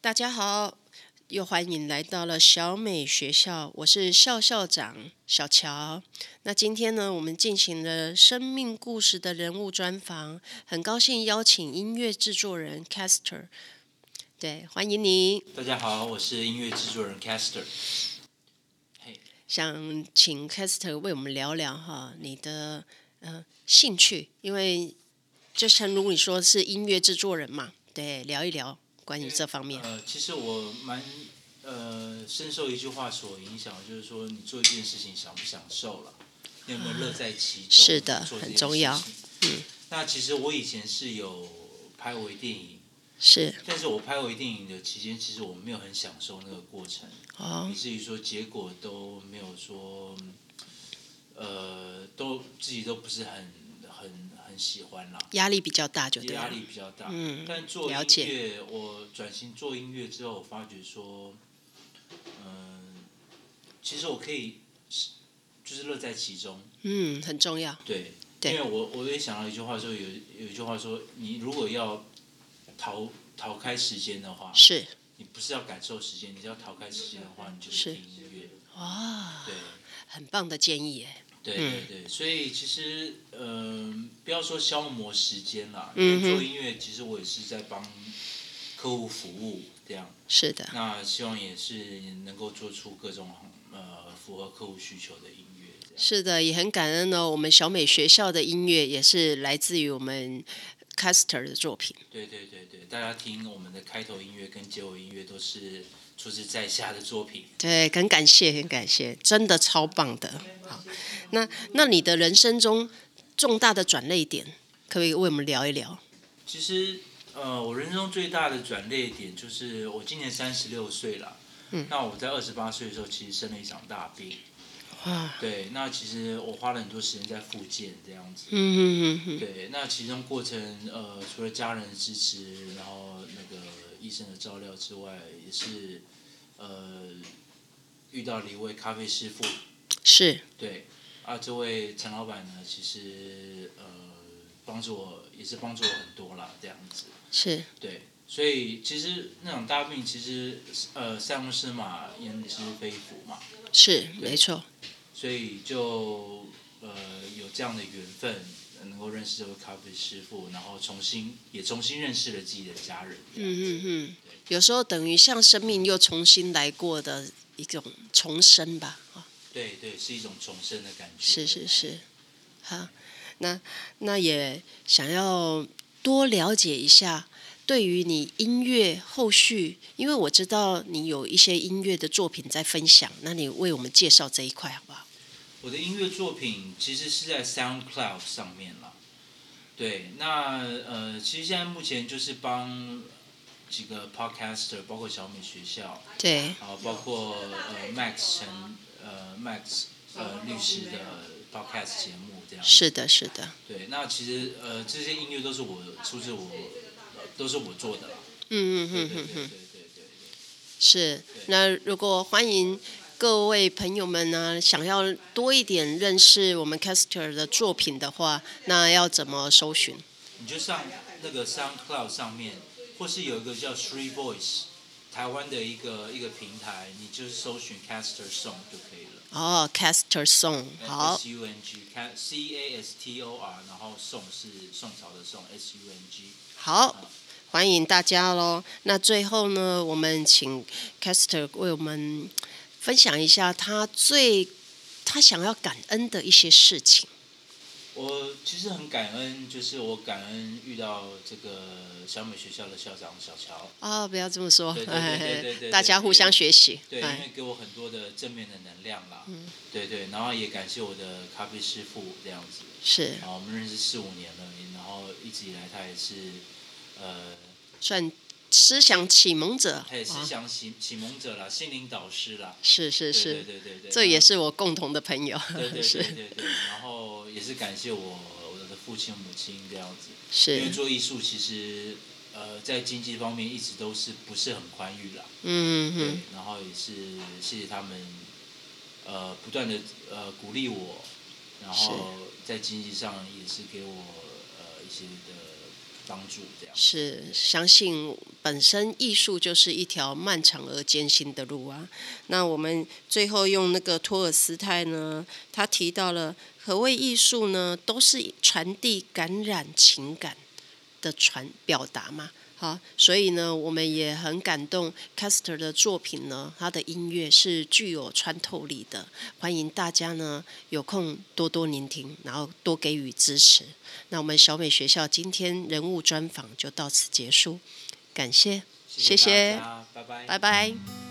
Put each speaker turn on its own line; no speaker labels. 大家好，又欢迎来到了小美学校，我是校校长小乔。那今天呢，我们进行了生命故事的人物专访，很高兴邀请音乐制作人 Caster，对，欢迎你。
大家好，我是音乐制作人 Caster。
想请 Caster 为我们聊聊哈你的呃兴趣，因为就诚如你说是音乐制作人嘛，对，聊一聊关于这方面。
呃，其实我蛮呃深受一句话所影响，就是说你做一件事情享不享受了，你有没有乐在其中？
是的
做这件
很重要嗯
事情。嗯那其实我以前是有拍微电影，
是
但是我拍微电影的期间，其实我没有很享受那个过程，
哦
以，至于说结果都没有说，呃，都自己都不是很很很喜欢啦。
压力比较大就对
压
了。
力比较大。
嗯
但做音
了解
乐，我转型做音乐之后，我发觉说，嗯、其实我可以是就是乐在其中，
嗯，很重要。
对，
对
因为我我也想到一句话说，有有一句话说，你如果要逃逃开时间的话，
是
你不是要感受时间，你是要逃开时间的话，你就是是听音乐，
哇，
对。
很棒的建议耶。
对
嗯
对对，所以其实嗯、不要说消磨时间啦，
嗯
因
哼
为做音乐其实我也是在帮客户服务这样，
是的，
那希望也是能够做出各种呃符合客户需求的音乐这样。
是的，也很感恩哦。我们小美学校的音乐也是来自于我们 Caster 的作品。
对对对对，大家听我们的开头音乐跟结尾音乐都是出自在下的作品。
对，很感谢，很感谢，真的超棒的。好，那那你的人生中重大的转捩点，可不可以为我们聊一聊？
其实，呃，我人生中最大的转捩点就是我今年三十六岁了。嗯，那我在二十八岁的时候，其实生了一场大病。
哇，
对，那其实我花了很多时间在复健这样子。
嗯哼哼哼，
对，那其中过程呃，除了家人的支持，然后那个医生的照料之外，也是呃遇到了一位咖啡师傅。
是
对，啊，这位陈老板呢，其实呃帮助我也是帮助我很多啦，这样子。
是，
对，所以其实那种大病，其实呃塞翁失马焉知非福嘛，
是，没错，
所以就呃有这样的缘分，呃能够认识这位咖啡师傅，然后重新也重新认识了自己的家人。
嗯嗯嗯，有时候等于像生命又重新来过的一种重生吧，啊，
对对，是一种重生的感觉。
是是是，好，那那也想要多了解一下，对于你音乐后续，因为我知道你有一些音乐的作品在分享，那你为我们介绍这一块好不好？
我的音乐作品其实是在 SoundCloud 上面啦。对，那呃，其实现在目前就是帮几个 podcaster，包括小米学校，
对，
然后包括呃 Max 陈呃 Max 呃律师的 podcast 节目这样。
是的，是的，
对，那其实呃这些音乐都是我出自我、呃都是我做的啦。
嗯嗯嗯
对对
嗯
对对
嗯，
对对对。
是。那如果欢迎。各位朋友们呢，想要多一点认识我们 Caster 的作品的话，那要怎么搜寻？
你就上那个 SoundCloud 上面，或是有一个叫 Three Voice 台湾的一个一个平台，你就是搜寻 Caster Song 就可以了。
哦，Caster Song，好，
S U N G C A S T O R，然后宋是宋朝的宋，S U N G。
好，欢迎大家喽。那最后呢，我们请 Caster 为我们分享一下他最他想要感恩的一些事情。
我其实很感恩，就是我感恩遇到这个小美学校的校长小乔，
啊、不要这么说
对对对哎对对，对
大家互相学习。
对，因
哎
为给我很多的正面的能量啦。
嗯
对对，然后也感谢我的咖啡师傅这样子。
是
啊，我们认识四五年了，然后一直以来他也是，呃，
算思想启蒙者。
他也是
啊
哎想启启蒙者啦，心灵导师啦。
是是是，
对对对对对，
这也是我共同的朋友。
对对 对
是
对对，然后也是感谢我我的父亲母亲这样子，因为
是，
做艺术其实呃在经济方面一直都是不是很宽裕啦，
嗯
对
嗯，，
然后也是谢谢他们呃不断的呃鼓励我，然后在经济上也是给我呃一些的帮助这样。
是，相信本身艺术就是一条漫长而艰辛的路啊。那我们最后用那个托尔斯泰呢，他提到了何谓艺术呢？都是传递感染情感的传表达嘛。好，所以呢，我们也很感动 Caster 的作品呢，他的音乐是具有穿透力的，欢迎大家呢有空多多聆听，然后多给予支持。那我们小美学校今天人物专访就到此结束，感谢，谢
谢
谢
大家，拜拜。
拜拜。